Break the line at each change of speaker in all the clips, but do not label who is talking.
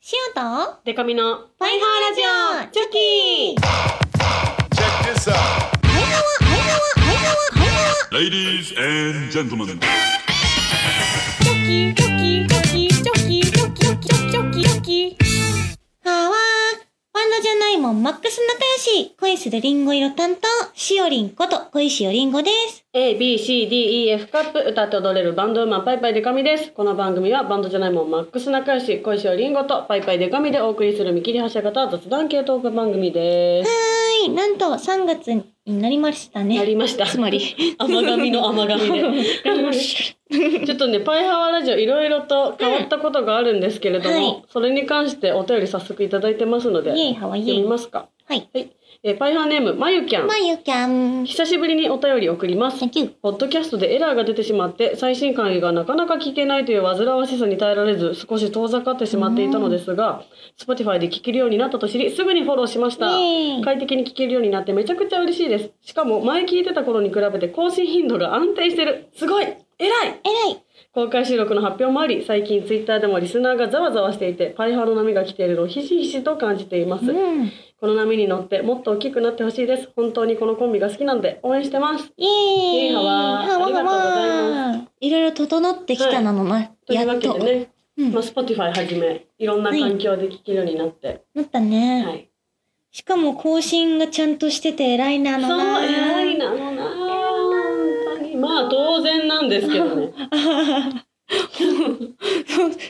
シオと
デカミの
パイハーラジオチョキ
Check this out.
パイハワパイハワパイハワパイハ
Ladies and gentlemen.
ワチョキチョキチョキチョキチョキチョキチョキチョキあーわーバンドじゃないもんマックス仲良し恋するリンゴ色担当シオリンこと恋しおりんごです
ABCDEF カップ歌って踊れるバンドウーマンパイパイデカミですこの番組はバンドじゃないもんマックス仲良し恋しおりんごとパイパイデカミでお送りする見切り発車型雑談系トーク番組で
は
す
ーいなんと3月になりましたね
なりました
つまり
甘神の甘神で ちょっとねパイハワラジオいろいろと変わったことがあるんですけれども、
うんはい
それに関してお便り早速いただいてますので
イエイハワイエイ
読みますか
はい
はい、えーパイハワネームまゆきゃん
まゆきゃん
久しぶりにお便り送ります
サンキュー
ポッドキャストでエラーが出てしまって最新回がなかなか聞けないという煩わしさに耐えられず少し遠ざかってしまっていたのですが Spotify で聞けるようになったと知りすぐにフォローしました
イエーイ
快適に聞けるようになってめちゃくちゃ嬉しいですしかも前聞いてた頃に比べて更新頻度が安定してるすごい偉い
えらい
公開収録の発表もあり最近 Twitter でもリスナーがざわざわしていてパイハーの波が来ているのをひしひしと感じています、
うん
この波に乗ってもっと大きくなってほしいです本当にこのコンビが好きなんで応援してます
イエーイ
イエイハワー
ハワ
ありがとう
ハ
ござ
ワいろいろ整ってきたなのな、
という
や
わ
っ
け
と、
でね
うんな
まあ、Spotify はじめいろんな環境で聴けるようになって、
ったね、
はい、
しかも更新がちゃんとしてて偉いなの
そう
な
偉 いなのな本当にまあ当然なんですけどね
あはは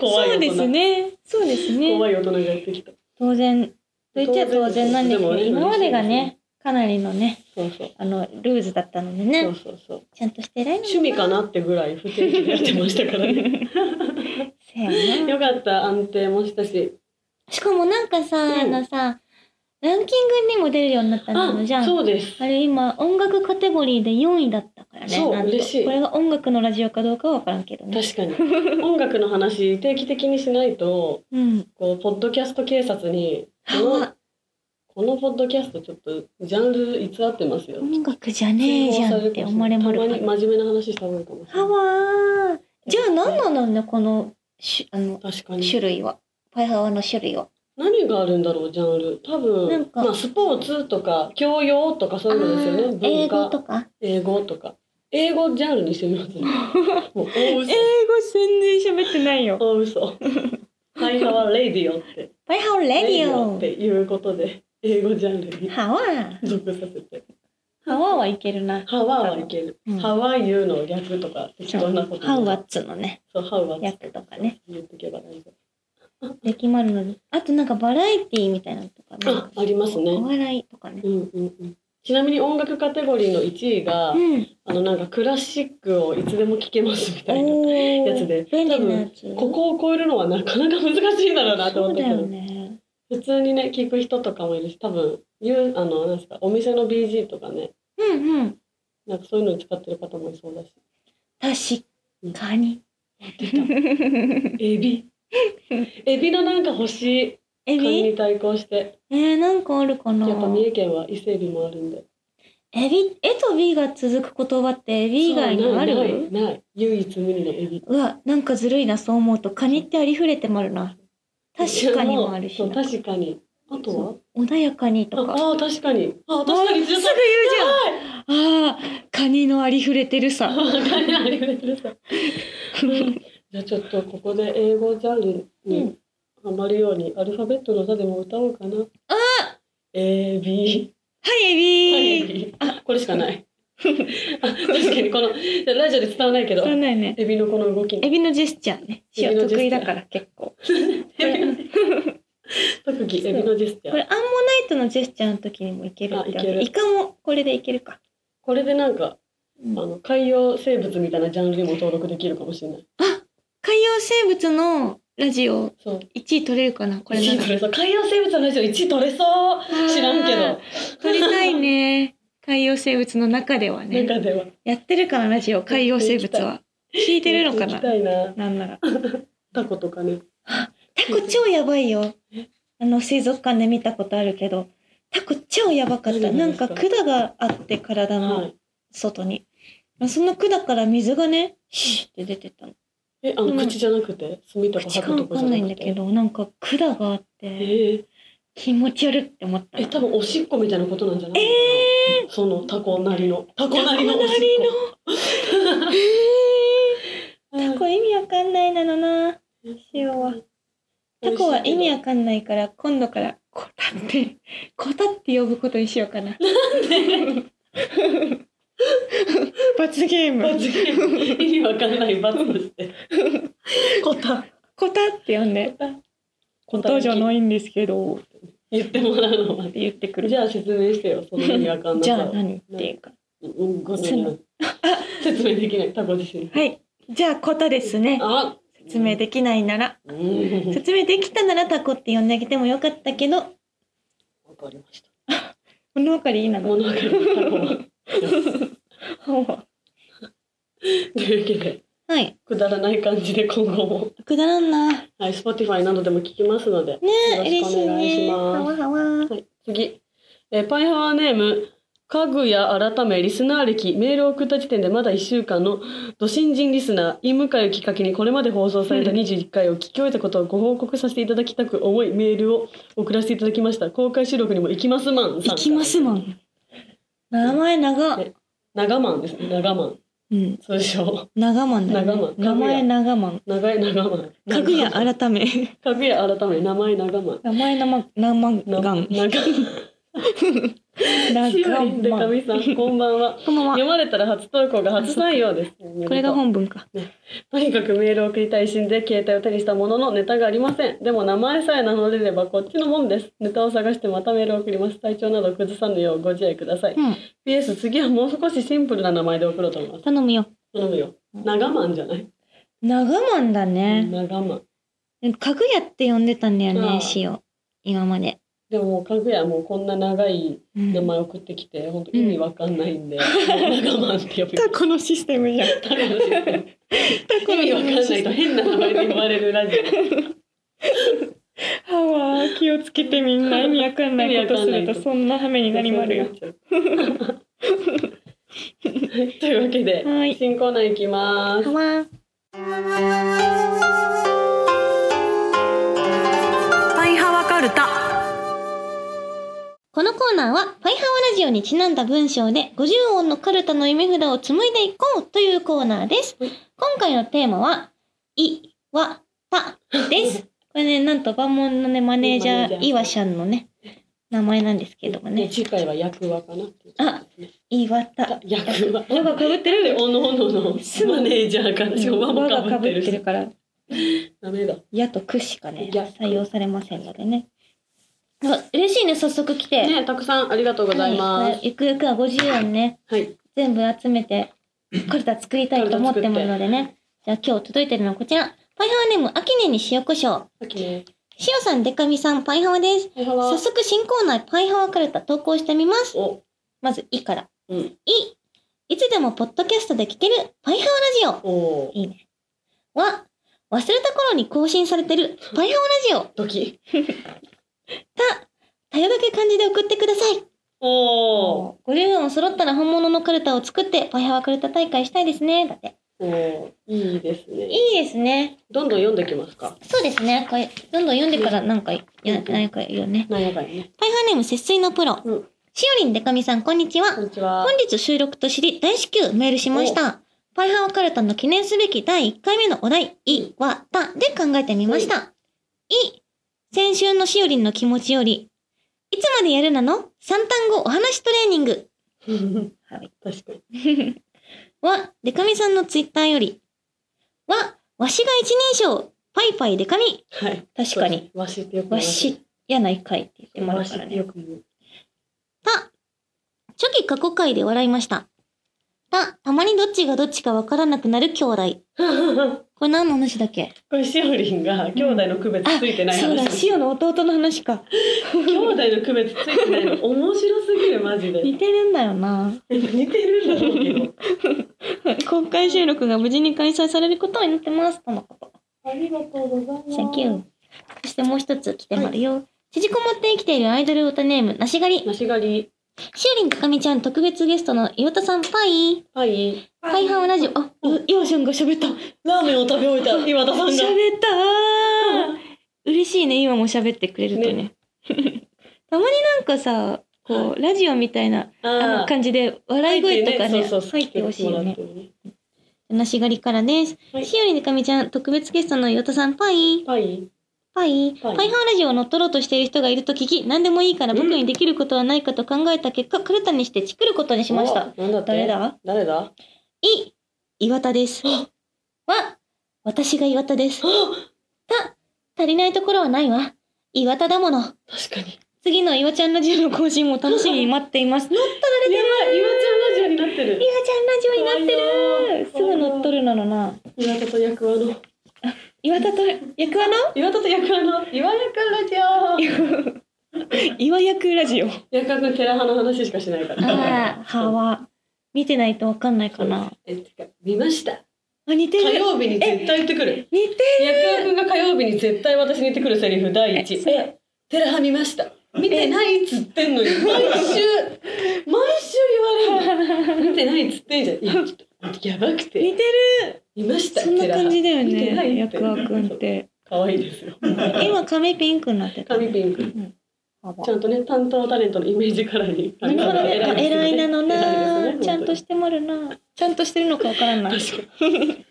怖い
そうですねそうです ね
怖い大人がやってきた
当然と言っちゃ当然なんですけど
でもね
今までがねかなりのね
そうそう
あのルーズだったので
そ
ね
うそうそう
ちゃんとして偉いの
趣味かなってぐらい不定期でやってましたからね
せやな
よかった安定もしたし
しかもなんかさ、
うん
あのさランキングにも出るようになったのじゃん
そうです
あれ今音楽カテゴリーで4位だったからね
そう
なんと
嬉しい
これが音楽のラジオかどうかは分からんけどね
確かに音楽の話定期的にしないと
うん
こうポッドキャスト警察にこの
あ
このポッドキャストちょっとジャンル偽ってますよ
音楽じゃねえじゃんって思われ
た
も
ま
るか
に
ら
真面目な話した方がいいかもしれ
ハ
な
ワーじゃあ何なのねこのしあの
い確か
種
に
類はパイハワの種類は
何があるんだろうジャンル多分
なんか
まあ、スポーツとか教養とかそういうのですよ
あ
ね
ー
文
英語
化
とか
英語とか英語ジャンルにしてみますね もう大嘘
全然喋ってないよ
大嘘ハイハワレディオって
パイハワレディオ
っていうことで英語ジャンルに
ハワー
属させて
ハワーはいけるな
ハワーはいける、
うん
ハワイユーの略とか適当なこと
ハウアッツのね
そうハウアッツ
略とかね
言ってけば大丈
で決まるのにあとなんかバラエティみたいなのとか
夫
ね
あありますね
お笑いとかね
うんうんうんちなみに音楽カテゴリーの1位が、
うん
あのなんかクラシックをいつでも聴けますみたいな
お
やつで
ー便利なやつ
ここを超えるのはなかなか難しいだろうなと
そ
思っ
う
て
だ
た
よ
の
ね
普通にね聴く人とかもいるし多分ゆうあのなんですかお店の BG とかね
うんうん
なんかそういうのに使ってる方もいそうだし
確か に
エビエビのなんか欲しい
エ
感
ビ
に対抗して
えー、なんかあるかな
やっぱ三重県は伊勢エビもあるんで
エビエとビが続く言葉ってエビ以外に
そう
あ
ないない
る
ない唯一無二のエビ
うわなんかずるいなそう思うとカニってありふれてもあるな確かにもあるし
そう
な
確かにあとは
穏やかに
あ
とか
あー確かにあ確かに
あすぐ言う
じ
じゃんあーカニのありふれてるさ
ゃんありがとうござ いますうんじゃあちょっとここで英語ジャンルにハマるようにアルファベットの歌でも歌おうかな
あ
A B
はいエ
A
ビ
ビこれしかない あ確かにこのじゃあラジオで伝わらないけど
そうだよね
エビのこの動き
エビのジェスチャーね
エビの
塩
ジ
得
ェスチャー
意だから結 構
特技エビのジェスチ
こ
ャー
れアンモナイトのジェスチャーの時にもいけるってわ
あいけ
け
る
イカもこれでいけるか、
これでなんか
う
あ
ん
の海洋生物みたいなジャンルにも登録できるかもしれない。
海洋生物のラジオ
そう。
1位取れるかなこれ
1
な
位
んか
取れそう。海洋生物のラジオ1位取れそう。知らんけ
あ
ど、
ー取りたいね海洋生物の中ではね
中では。
やってるかなラジオ海洋生物は聞いてるのか
行
な
きたいな。
なんなら
タコとかね。
タコ超やばいよあの水族館で見たことあるけどタコ超やばかった
何
な
が
ん
です
か
か
管があって体の
はい。
外に、その管から水がねシュッて出てたの
ええあの、
うん
口じゃなくて住みとか
口
吐
か
くと
わ
こ
か
じゃ
んな
ないく
ん
て
だけどなんか管があっ
え
て
ー、
気持ち悪って思った
え多分おしっこみたいなことなんじゃないのかなそのタコなりのタコなりのおしっこ
えータコ意味わかんないなのな塩はタコは意味わかんないから今度からコタってコタって呼ぶことにしようかな罰ゲーム
罰ゲーム意味わかんない罰としてコタ
コタって呼んで
コ
ことじゃ
の
ないんですけどっ
言ってもらうのは
て言ってくる
じゃあ説明してよその意味わかんない
じゃあ何っていうか
うんごめ んな説明できないタコ自身
はいじゃあコタですね
あ
説明できないなら
うん
説明できたならタコって呼んであげてもよかったけど
わかりまし
物分かりいいな
た
の
物分かりタコはというわけで
はい
くだらない感じで今後も
くだらんなね
はい Spotify などでも聞きますのでよろし
嬉
く
しい
お願い
ね
し
は
ます
わはわ
はい、次、えーパイハワーネーム家具や改めリスナー歴メールを送った時点でまだ1週間の土新人リスナー飯向かいをきっかけにこれまで放送された21回を聞き終えたことをご報告させていただきたく思いメールを送らせていただきました公開収録にも行きますマンさ
い
んから
きますもん名前長
ね長マンですね長マン
うん
通称
長マンだ
長
よ
マ
ね
ン
名前長マン
長い長マン
かぐや改め
家具屋改め名前長マン
名前のま長マン
な
ガン
長
長
しおりんで
マ
か
ン
みさんこんばんは
こんばんは
読まれたら初投稿が初採用です
これが本文か
とにかくメールを送りたい心で携帯を手にしたもののネタがありませんでも名前さえ名乗れればこっちのもんですネタを探してまたメールを送ります体調など崩さぬようご自愛ください、
うん
PS 次はもう少しシンプルな名前で送ろうと思います
頼むよ
頼むよ
うん
長マンじゃない、
長マンだね
長マン
かぐやって呼んでたんだよ
あ
ね
あ
しお今まで
でももうかぐやもうこんな長い
うん
名前送ってきて、本当意味わかんないんで、もう長マンって呼びま
タ
す
コのシステムじゃん。
タコのシステム
タ
意味わかんないと変な名前で呼ばれるラジオ
はわ気をつけてみんな意味わかんないことするとそんな羽目になりまるよ。
はいというわけで、
はい
新コーナーいきます。
わ
パイハワカルタ
このコーナーはパイハワラジオにちなんだ文章で50音のカルタの夢札を紡いでいこうというコーナーです。今回のテーマは、い、わ、た です。これね、なんと万門のね、マネージャ
マネージャ
ー、
ー
いわしゃんのね、名前なんですけども
で
ね、
次回は役話かな。
あいわた。
役話。
わがかぶって
で
る
おのおのの
すぐ
マネージャーから
わ
序盤も
が
か
か
ぶ
ぶ
っ
ってて
るし
る。から。
ダメだ。
矢とくしかね
矢
採用されませんのでねあ嬉しいね早速来て、
ね、たくさんありがとうございます。
ゆくゆくは50音ね
はい。
全部集め てカルタ作りたいと思ってますのでねじゃあ今日届いてるのはこちらパイハワネームあきねに塩コショウ
さっきね、
しおさんでかみさんパイハワです
パイハワ
早速新コーナーパイハワカルタ投稿してみます
お、
まず「い」から
うん、
「い」いつでもポッドキャストで聴けるパイハワラジオ
お、
いいねは忘れた頃に更新されてるパイハワラジオ
ドキ。
た、たよだけ漢字で送ってください。
おー
五十音揃ったら本物のカルタを作って、パイハワカルタ大会したいですね。だって。
おー、いいですね。
いいですね。
どんどん読んできますか。
そうですね。これ、どんどん読んでからなんかや、なんか言うね。
なんやかんやね。
パイハワネーム節水のプロ。
うん
しおりんでかみさん、こんにち
こん
は。
にちは
本。日収録と知り、大至急メールしました。パイハワカルタの記念すべき第1回目のお題、い、わ、たで考えてみました。い、先週のしおりんの気持ちより、いつまでやるなの ?3 単語お話トレーニング。 はい。
確かに。
は、デカミさんのツイッターより。は、わしが一人称、パイパイデカミ。
はい。
確かに。
わしってよく言
わ
います
し、やないかいって言ってもら
わ
う
し
か
っ
ら
て
ね
よ。く言う。
た、初期過去回で笑いました。た、たまにどっちがどっちかわからなくなる兄弟。これ何の話だっけ
これしおりんが兄弟の区別ついてない話、
そうだ、シオの弟の話か。
兄弟の区別ついてないの面白すぎるマジで
似てるんだよ な。
似てるんだろうけど
公開収録が無事に開催されることになってます。とのこと。
ありがとうございます
Thank you. そしてもう一つ来てもらうよ。縮こまって生きているアイドル歌ネーム、なしがり。
なしがり
しおりんかかみちゃん特別ゲストの岩田さん、パイ。
はい。
パイハンラジオ。あ、う岩ちゃんが喋った。
ラーメンを食べ終えた岩田さんが。
喋ったー嬉しいね、今も喋ってくれるとね。 たまになんかさ、こう、ラジオみたいなあの
あー
感じで、笑い声とかね、
そうそう
入ってほしいよね
入。ってもらって
なしがりからです。
はい
しおりんかかみちゃん特別ゲストの岩田さん、パイ。
パイ
パイ、パ
パ
イ
イ
ハンラジオを乗っ取ろうとしている人がいると聞き、何でもいいから僕にできることはないかと考えた結果、カルタにしてチクることにしました。。
おなんだって
誰だ
誰だ
い、岩田です。わ、私が岩田です。
あ
た、足りないところはないわ。岩田だもの。
確かに。
次の岩ちゃんラジオの更新も楽しみに待っています。乗っ取られて
や
る
ばい、岩ちゃんラジオになって
岩ちゃんラジオになってる
る。
す
かわい
ぐ
いな
乗っ取るなのな。
岩田と役和の。
岩田と、役はの
岩田と役和の岩役ラジオ。
岩役ラジオ。
役和くん寺派の話しかしないから。
ああ、はわ。見てないとわかんないかな。
え、てか見ました。
あ、似て
火
る。
曜日に絶対言ってくる。
似てる。
役和くんが火曜日に絶対私に言ってくるセリフ第一。
え
え、寺派見ました。見てないっつってんのに毎週毎週言われ るの。見てないっつってんじゃんいや。やばくて
似てる
見ました。
そんな感じだよ
寺派見てない
ね
って
役和くんっ。て
可愛いですよ。
今髪ピンクになってた
髪ピンク。ちゃんとね担当タレントのイメージカラーに。
なるほどねあ偉いなの
偉い
な
ですね
ちゃんとしてもるなちゃんとしてるのかわからない
確 かに。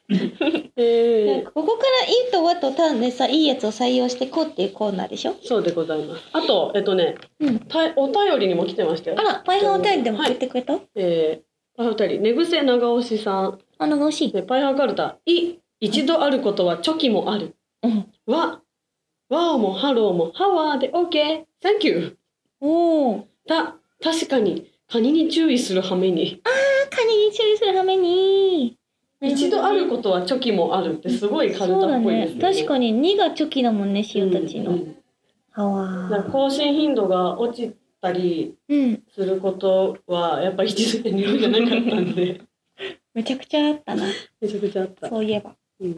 え
なん
ー
かここから「い」と「わ」と「た」でさいいやつを採用してこうっていうコーナーでしょ
そうでございます。あと、えっとね、
うん
たお便りにも来てましたよ
あ。らパイハーお便りでも
はい
言ってくれた
えー、パイハー二人、寝癖長押しさん、
あのが惜しい
えパイハーカルタ、い、一度あることはチョキもある。
うん
わ、わおもハローもハワーでオッケー、サンキュー。
おお
た、確かに、カニに注意する羽目に、
カニに注意するために
一度あることはチョキもあるってすごいカル
そう
タ
だ
っぽいで
ね
すよね。
確かに2がチョキだもんね塩たち
うん
の
うん
はわ
なんか
ー
更新頻度が落ちたり
うん
することは、やっぱ一度にじゃなかった んで、
めちゃくちゃあったな
めちゃくちゃあった。
そういえば
うん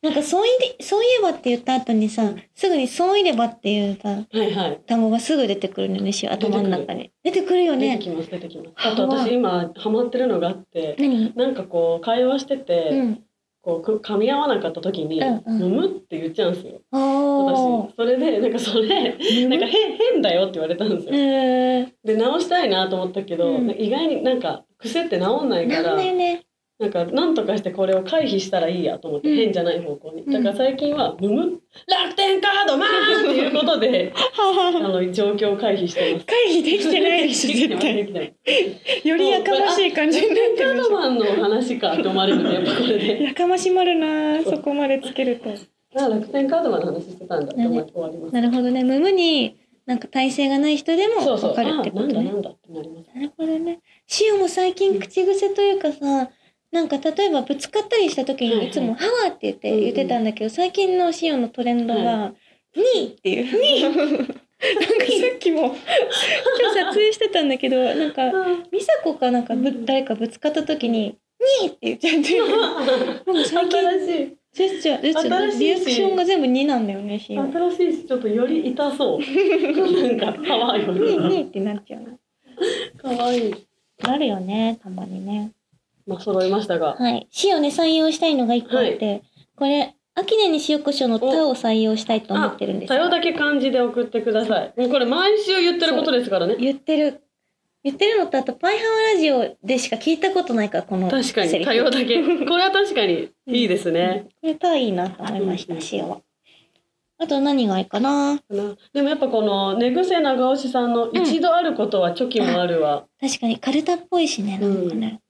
なんかそういで、そういえばって言った後にさ、すぐにそういればっていうさ、
はいはい。
単語がすぐ出てくるのよね、し頭の中に。出てくるよ
出て
ね。
きます出てきます。
は
あと私今ハマってるのがあって、
何
なんかこう会話してて、
うん。
こうく噛み合わなかった時に、
うんうん
飲むって言っちゃうんですよ。
おー
私。それでなんかそれなんか変変だよって言われたんです
う
よ。
ーん。
で直したいなと思ったけど、
うん
なんか意外になんか癖って治んない
な
か
ん
ら
だ。よね。
なんかなんとかしてこれを回避したらいいやと思って、
うん
変じゃない方向に
うん
だから最近は「むむ楽天カードマン!」っていうこ とであ の状況を回避してます
回避できてないでしょ、
できて
絶
ます
対。
できてます
よりやかましい感じになって
カ
る
ー
で
ド
し
マンの話かって思われるのでやっぱこれ
ょ。
で
やかましまるなそこまでつけると。
あ楽天カードマンの話してたんだって思って終わります
なるほどね。むむに、なんか体勢がない人でも
そうそう
わかるってこと
あなんだな
ね。
んだってなります
なるほどね。シオも最近口癖というかさ、なんか例えばぶつかったりした時
はいは
に
い
いつも「ハワー」って言って
うんうん
言ってたんだけど、最近のシオのトレンドは
は
「に」っていう。になん かさっきも今日撮影してたんだけどなん か美佐子かなんかぶ誰かぶつかった時に「に」って言っちゃ ってなんか最近
新しい
ジェスチャージェスチャ
新
ー
しいし
リアクションが全部「に」なんだよねシオ。に
新しいしちょっとより痛そうなんかかわいい
「に」ってなっちゃうの。
かわいい
あるよねたまにね。
まあ揃いましたが
はい。塩ね、採用したいのが一個あって、これ、秋根に塩コショウのタを採用したいと思ってるんです
あ
よ
多様だけ漢字で送ってください。もうこれ毎週言ってることですからね。
言ってる。言ってるのと、あと、パイハワラジオでしか聞いたことないから、この
確か
セ
に
リ
多
フ
様だけ。これは確かにいいですね。
これ、タいいなと思いました、
うん
塩は。あと、何がいいかな
なでもやっぱこの寝癖長押しさんの一度あることはチョキもあるわ。
確かに、カルタっぽいしね、なんかね。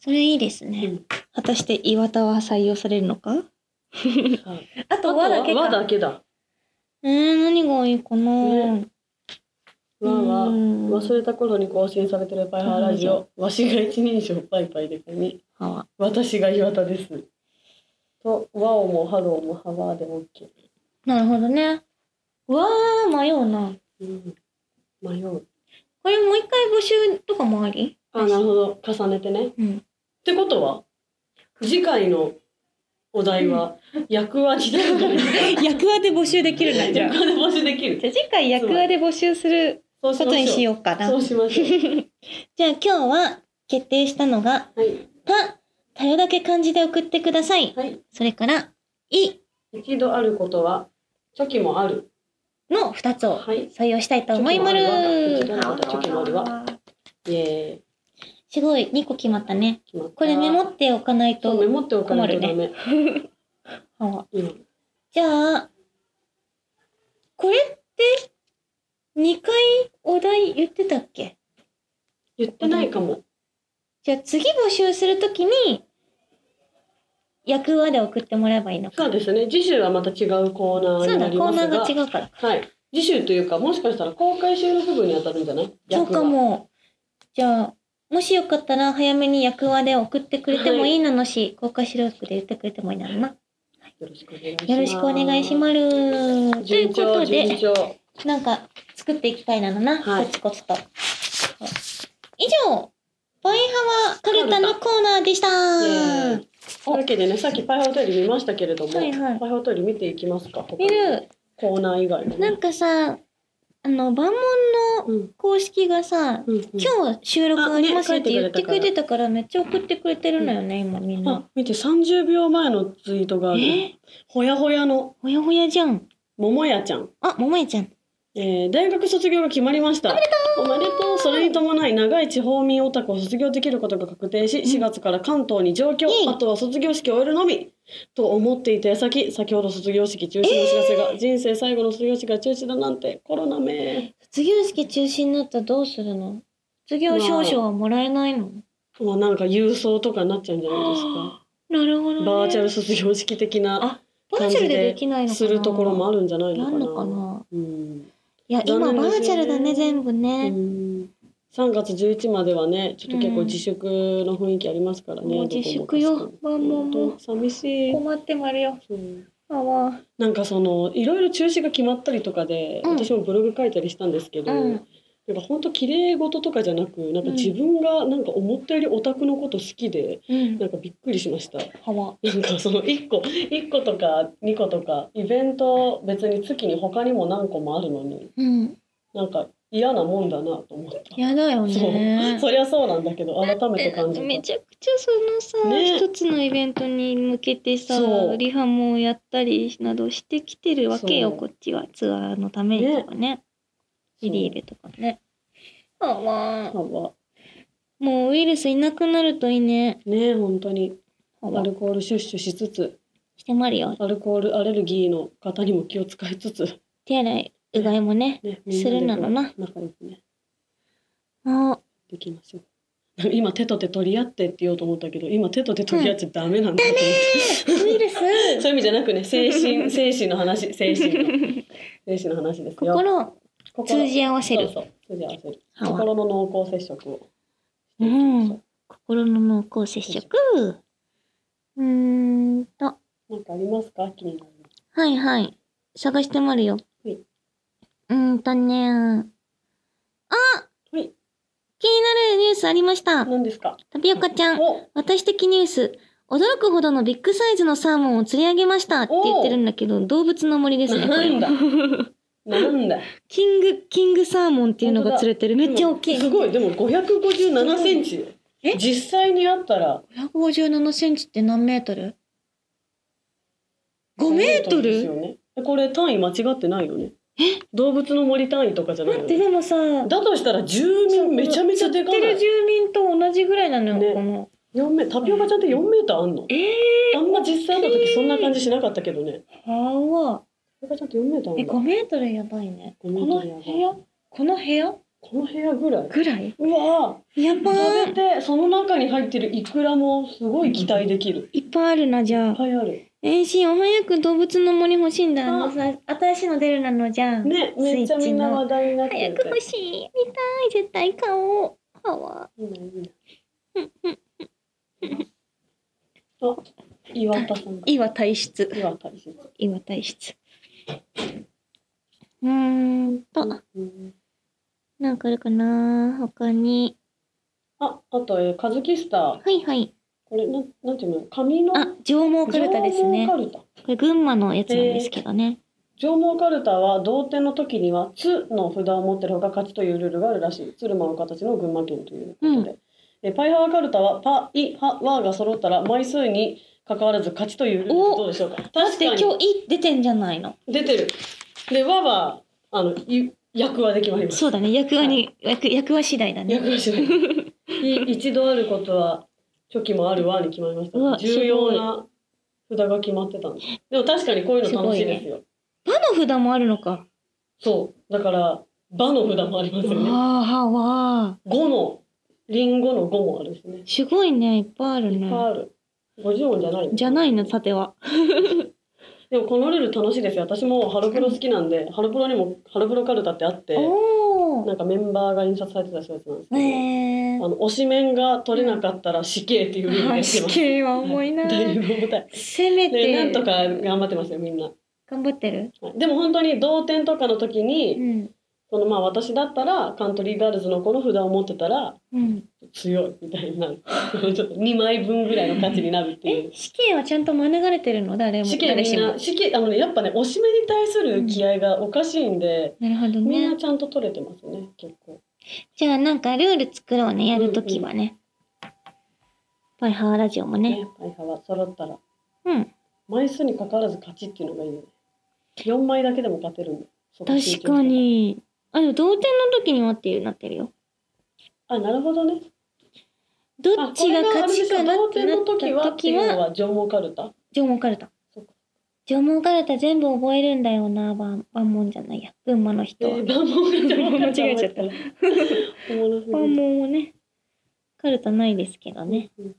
それいいですね。
うん
果たして、岩田は採用されるのか
あ
あと、和だけか。
和だけだ。
えー、何がいいかな、
ね和は
うん
忘れた頃に更新されてるパイハーラジオ。わしが一人称パイパイでかに。
ハワ。
私が岩田です。と、和をもハローもハワーでも OK。
なるほどね。わー、迷うな。
うん、迷う。
これもう一回募集とかもあり
あ、なる ほど。重ねてね。
うん。
ってことは次回のお題は役割だよね
役話で募集できるな、じゃあ。
役割で募集できる
じゃあ次回役話で募集する
そう
ことにしようかな。
そうしましょう。
じゃあ今日は決定したのが、
はい。
た、たよだけ漢字で送ってください。
はい。
それから、い
一度あることは、チョキもある。
の二つを
はい。
採用したいと思いまる。
チョキもあるわチョキもあるわイエーイ。
すごい、2個決まったね。
決まった
これメモっておかない
そうメ
と。
モっておかないとダメ。
は
うん
じゃあ、これって、2回お題言ってたっけ
言ってないかも。
じゃあ次募集するときに、役話で送ってもらえばいいのか。
そうですね。次週はまた違うコーナー
そう
にな
だ、
り
コー
ま
ナ
すが。
ーが違うから。
はい。次週というか、もしかしたら公開収録分に当たるんじゃない
そう
役が
かも。じゃあ、もしよかったら早めに役話で送ってくれてもいいなのし、公開収録で言ってくれてもいいなのな。
よろしくお願いします。
よろしくお願いします。という
順
こ
調、
と
順
で、
調。
なんか作っていきたいなのな、
はい
コツコツと。はい以上、パイハワカルタのコーナーでした。
イエーイというわけでね、さっきパイハートより見ましたけれども、
はいはい
パイハートより見ていきますか。他の
見る、
コーナー以外の
な
ね。
んかさ、あの、万問の
うん。
公式がさ、
うんうん
今日収録ありますよって言って
あね書
く
い
れ
て
てたからめっちゃ送ってくれてるのよね、今みんな
あ。、見て、30秒前のツイートがある。
え
ほやほやの、
ほやほやじゃん。
ももやちゃん。
あ、ももやちゃん。
えー大学卒業が決まりましたおめでとうそれに伴い長い地方民オタクを卒業できることが確定し、4月から関東に上京、
イエイ
あとは卒業式を終えるのみと思っていた矢先先ほど卒業式中止のお知らせが、人生最後の卒業式が中止だなんてコロナめ
卒業式中止になったらどうするの卒業証書はもらえないの
まあなんか郵送とかになっちゃうんじゃないですか
なるほど、ね。
バーチャル卒業式的な
あバーチャルでできないのかな
するところもあるんじゃない
な
のか
ん
な
のかな
うん
いや、今
残
バ
念ですよね
ーチャルだね、全部
う
ね。
ん3月11まではねちょっと結構自粛の雰囲気ありますからね、
もう
どこ
自粛よ
かしこ。
まあもう
本
も
当寂し
う
い
困ってまるよ。
そう
あわ。
なんかそのいろいろ中止が決まったりとかで、
うん
私もブログ書いたりしたんですけど、
うん
なんか本当綺麗事とかじゃなくなんか
うん
自分がなんか思ったよりオタクのこと好きで、
うん
な。んかびっくりしました
はわ。
なんかその1個1個とか2個とかイベント別に月に他にも何個もあるのに
うん。
なんか嫌なもんだなと思った
やだよね。
そりゃそうなんだけど改めて
だっ
感
て
じ
め
た
ちゃくちゃそのさ、
ね
一つのイベントに向けてさ
そう
リハもやったりなどしてきてるわけよ
そう
こっちはツアーのためにとかねリリーベとかねあわ
そうは
もうウイルスいなくなるといいね
ね本当に
あ
ア
わ
ルコールシュッシュしつつ
してまるよ
アルコールアレルギーの方にも気を使いつつ、
手洗いうがいもね
ね、
するなのな
みんでこう仲良くね
あ
できましょう今手と手取り合ってって言おうと思ったけど今手と手取り合っちゃダメなんだと思って、
ウイルス
そういう意味じゃなくね精神精神の話精神 の精神の話ですよ
心を通じ合わせる
そうそう通じ合わせる
はわ
心の濃厚接触を
うん心の濃厚接触うーんと
なんかありますか気になる
はいはい。探してもらうよ。
はいう
ーんとねあ
は
気
い
になるニュースありました。
何ですか
タピオカちゃん、
お
私的ニュース。驚くほどのビッグサイズのサーモンを釣り上げましたって言ってるんだけど、動物の森ですね、こ
な
れ
んだ
は。
なんだ
キング、キングサーモンっていうのが釣れてる。めっちゃ大きい。
すごいでも557センチ
え
実際にあったら
157センチって何メートル ?5 メート
ですよ
ル
ねこれ単位間違ってないよね動物の森単位とかじゃない
待
よ
って、
ね
でもさ、
だとしたら住民めちゃめちゃでかい
釣ってる住民と同じぐらいなのよ、
ね
この。
四メタピオカちゃんって4メーターあんの
えー、
あんま実際会った時そんな感じしなかったけどね
はわ。
タピオカちゃんって4メーターあ
え、
ん
5
だ
メートルやばいね。こ
5メ
の
ー
部
トルやばい
屋この部屋
この部屋ぐらい
ぐらいう
わ
やば
ー食べ
ー
てその中に入ってるイクラもすごい期待できる
いっぱいあるな、じゃ
いっ
あ。
ぱいある
えー、しん、お早く動物の森欲しいんだ。
あ
あのさ、新しいの出るなのじゃん。
ねめっちゃみんな話題になって
早
る
く欲しい。見たい。絶対買おう。かわ
いいないいな。あ、岩田さんが。
いいわ、体質。
岩田石。
いいわ、体質。うーんと、
うん
なんかあるかな他に。
あ、あと、えー、カズキスター。
はいはい。
これ、なん、なんていうの、紙の。
あ、上毛カルタですね
縄。文カルタ。
これ群馬のやつなんですけどね。
上毛カルタは同点の時には「つ」の札を持ってる方が勝ちというルールがあるらしい鶴間の形の群馬県ということで、えパイハワカルタは「パ」「イ」「ハ」「ワ」が揃ったら枚数に関わらず勝ちというルール
お
どうでしょうか確
だって
かに
今日「い」出てんじゃないの
出てるで「ワ」はあのい役はできまります
そうだね役割、役役は次第だね
役はしないい一度あることは初期もあるわに決まりまし
うわ
た重要な札が決まってたんですでも確かにこういうの楽しいですよ
「ば」の札もあるのか
そうだから「ば」の札もありますよね
わあわあ
五のリンゴの五もあるしね。
すごいねいっぱいある
いっぱい
ね
ある。五十音じゃない。。
じゃないいの縦は
でもこのルール楽しいですよ。私もハロプロ好きなんで、ハロプロにもハロプロカルタってあって、
おお
なんかメンバーが印刷されてたやつなんですけど、
ねえ
あの推しメンが取れなかったら死刑っていうルールでやって
死
ます。
刑は重いな
だいぶ重たい。
せめ
で
て
なんとか頑張ってますよみんな。
頑張ってる
はいでも本当に同点とかの時
う
に、
ん
そのまあ私だったらカントリーガールズの子の札を持ってたら
うん
強いみたいな、ちょっと2枚分ぐらいの価値になるってい
え。
う
死刑はちゃんと免れてるの誰も
試験
誰
み
し
ん
も
な試験あのねやっぱねおしめに対する気合がおかしいんで、
なるほど
みん
ね
なちゃんと取れてますね結構
じゃあなんかルール作ろうねやるときはねパイハワラジオもね
ねパイハワ揃ったら
うん
枚数にかかわらず勝ちっていうのがいいよね4枚だけでも勝てるんだそこ集
確
中
かにあでも同点の時にはっていうなってるよ
あなるほどね
ど
あ
っ
こ
ち
れ
が
があ
勝
れで
ち
しょ
かな
同
って
点
な
の
った
時はって
時
いうの
は
は縄文カルタ
縄文カルタ
そうか
縄文カルタ全部覚えるんだよな万万文じゃないや群馬の
え
人は
ー縄文
間違えちゃった
おもろすぎる
万文もねカルタないですけどね
うん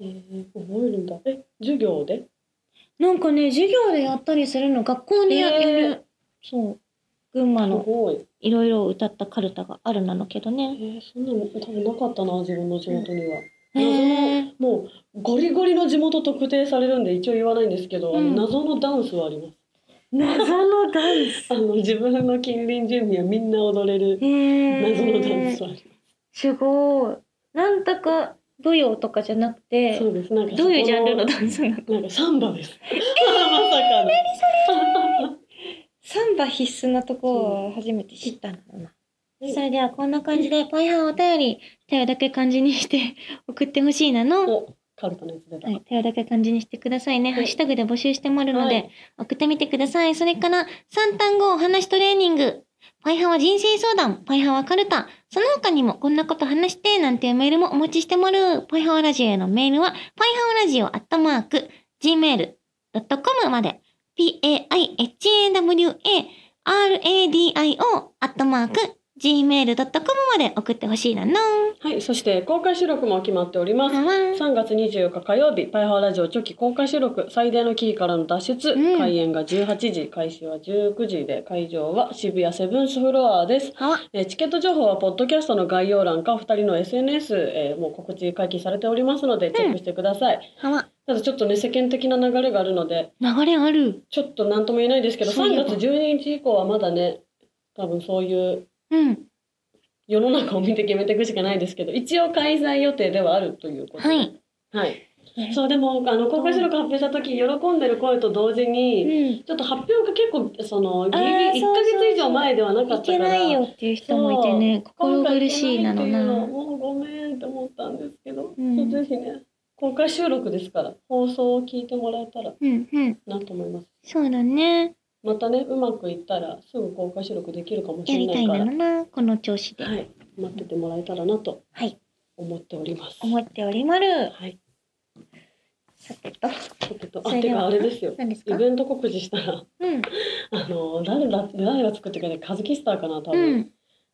えー覚えるんだえ授業で
なんかね授業でやったりするの学校にや,、
えー
やるそう群馬
す
の
ごい、
いろいろ歌ったカルタがあるなのけど
え
ね
ー、そんなの多分なかったな自分の地元には。
へえ
謎のもうゴリゴリの地元特定されるんで一応言わないんですけど、あの
うん
謎のダンスはあります
謎のダンス
あの自分の近隣住民はみんな踊れる謎のダンスはあります
ごいなんとか舞踊とかじゃなく
す
て
そうですなんか
どういうジャンルの
そこ
ダンスなの
なんかサンバです まさかの
サンバ必須なとこを初めて知ったんだな。
うん
それではこんな感じで、パイハンお便り、手をだけ漢字にして 送ってほしいなの。
おカルタのやつ出た、
はい、手をだけ漢字にしてくださいね。
い
ハッシュタグで募集してもあるの
は
で
い、
送ってみてください。それから、三単語お話トレーニング。パイハンは人生相談、パイハンはカルタ。その他にも、こんなこと話して、なんていうメールもお持ちしてもらう。パイハワラジオへのメールは、パイハワラジオアットマーク、gmail.com まで、p-a-i-h-a-w-a radio アットマーク gmail.com まで送ってほしいなの。
はい、そして公開収録も決まっております
あわん
3月24日火曜日「パイハワラジオ初期公開収録最大のキーからの脱出」
うん
開演が18時開始は19時で会場は渋谷セブンスフロアです
あわ
えーチケット情報はポッドキャストの概要欄かお二人の SNS、えーもう告知解禁されておりますのでチェックしてください、
あわ
ただちょっとね世間的な流れがあるので
流れある。
ちょっと何とも言えないですけど
そういえ
3
ば
月12日以降はまだね多分そういう
うん。
世の中を見て決めていくしかないですけど一応開催予定ではあるということで
はい、
はいそうでもあの公開収録発表した時喜んでる声と同時
う
に、
ん。
ちょっと発表が結構そのギリギ
あー
リ1
そうそ
ヶ
うそう
月以上前ではなか
い
ったか
け
ら
ないよっていう人もいてね、
そう
心苦しいなの
今回行けいっていうの
な。
もうごめんと思ったんですけど、
うん
ぜひね公開収録ですから放送を聞いてもらえたら
うんうん。
なと思います
そうだね。
またねうまくいったらすぐ公開収録できるかもし
や
れ
り
な
た
い
い
か
な
ら
のな。この調子で。
はい、待っててもらえたらなと
はい。
思っております
思っておりまる。
はい
さてと。
ちょっと
そ
あ
れで
て
は
かあれですよ
何です
イ
か
ベント告知したら
うん。
あの誰だ誰が作ってくれたカズキスターかな多
う
分、
ん。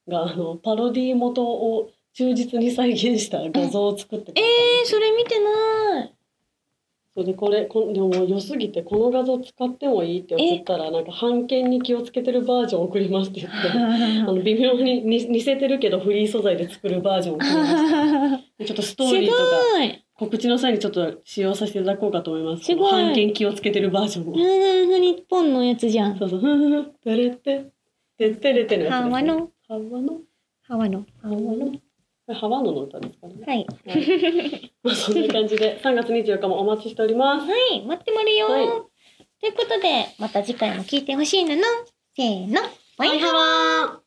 があのパロディ元を忠実に再現した画像を作ってくれ
え
たんですよ
ー、それ見てない。
それでこれこでも良すぎてこの画像使ってもいいって送ったらなんか版権に気をつけてるバージョン送りますって 言って。あの微妙にに似せてるけどフリー素材で作るバージョンを送りますでちょっとスト
す
ーリーとか
ごい。
告知の際にちょっと使用させていただこうかと思います
すごい
版権気をつけてるバージョンを、
ふふ日本のやつじゃん。
そうそうふんふんてれっててってれてのやつです
ハ
ね
ワの。
ハワの
ハワの。
ハワのこれハワのの歌ですかね
はい。
はいまあそんな感じで3月24日もお待ちしております
はい、待ってまるよ、
はい
ということで、また次回も聞いてほしいなの。せーの。
バイハワー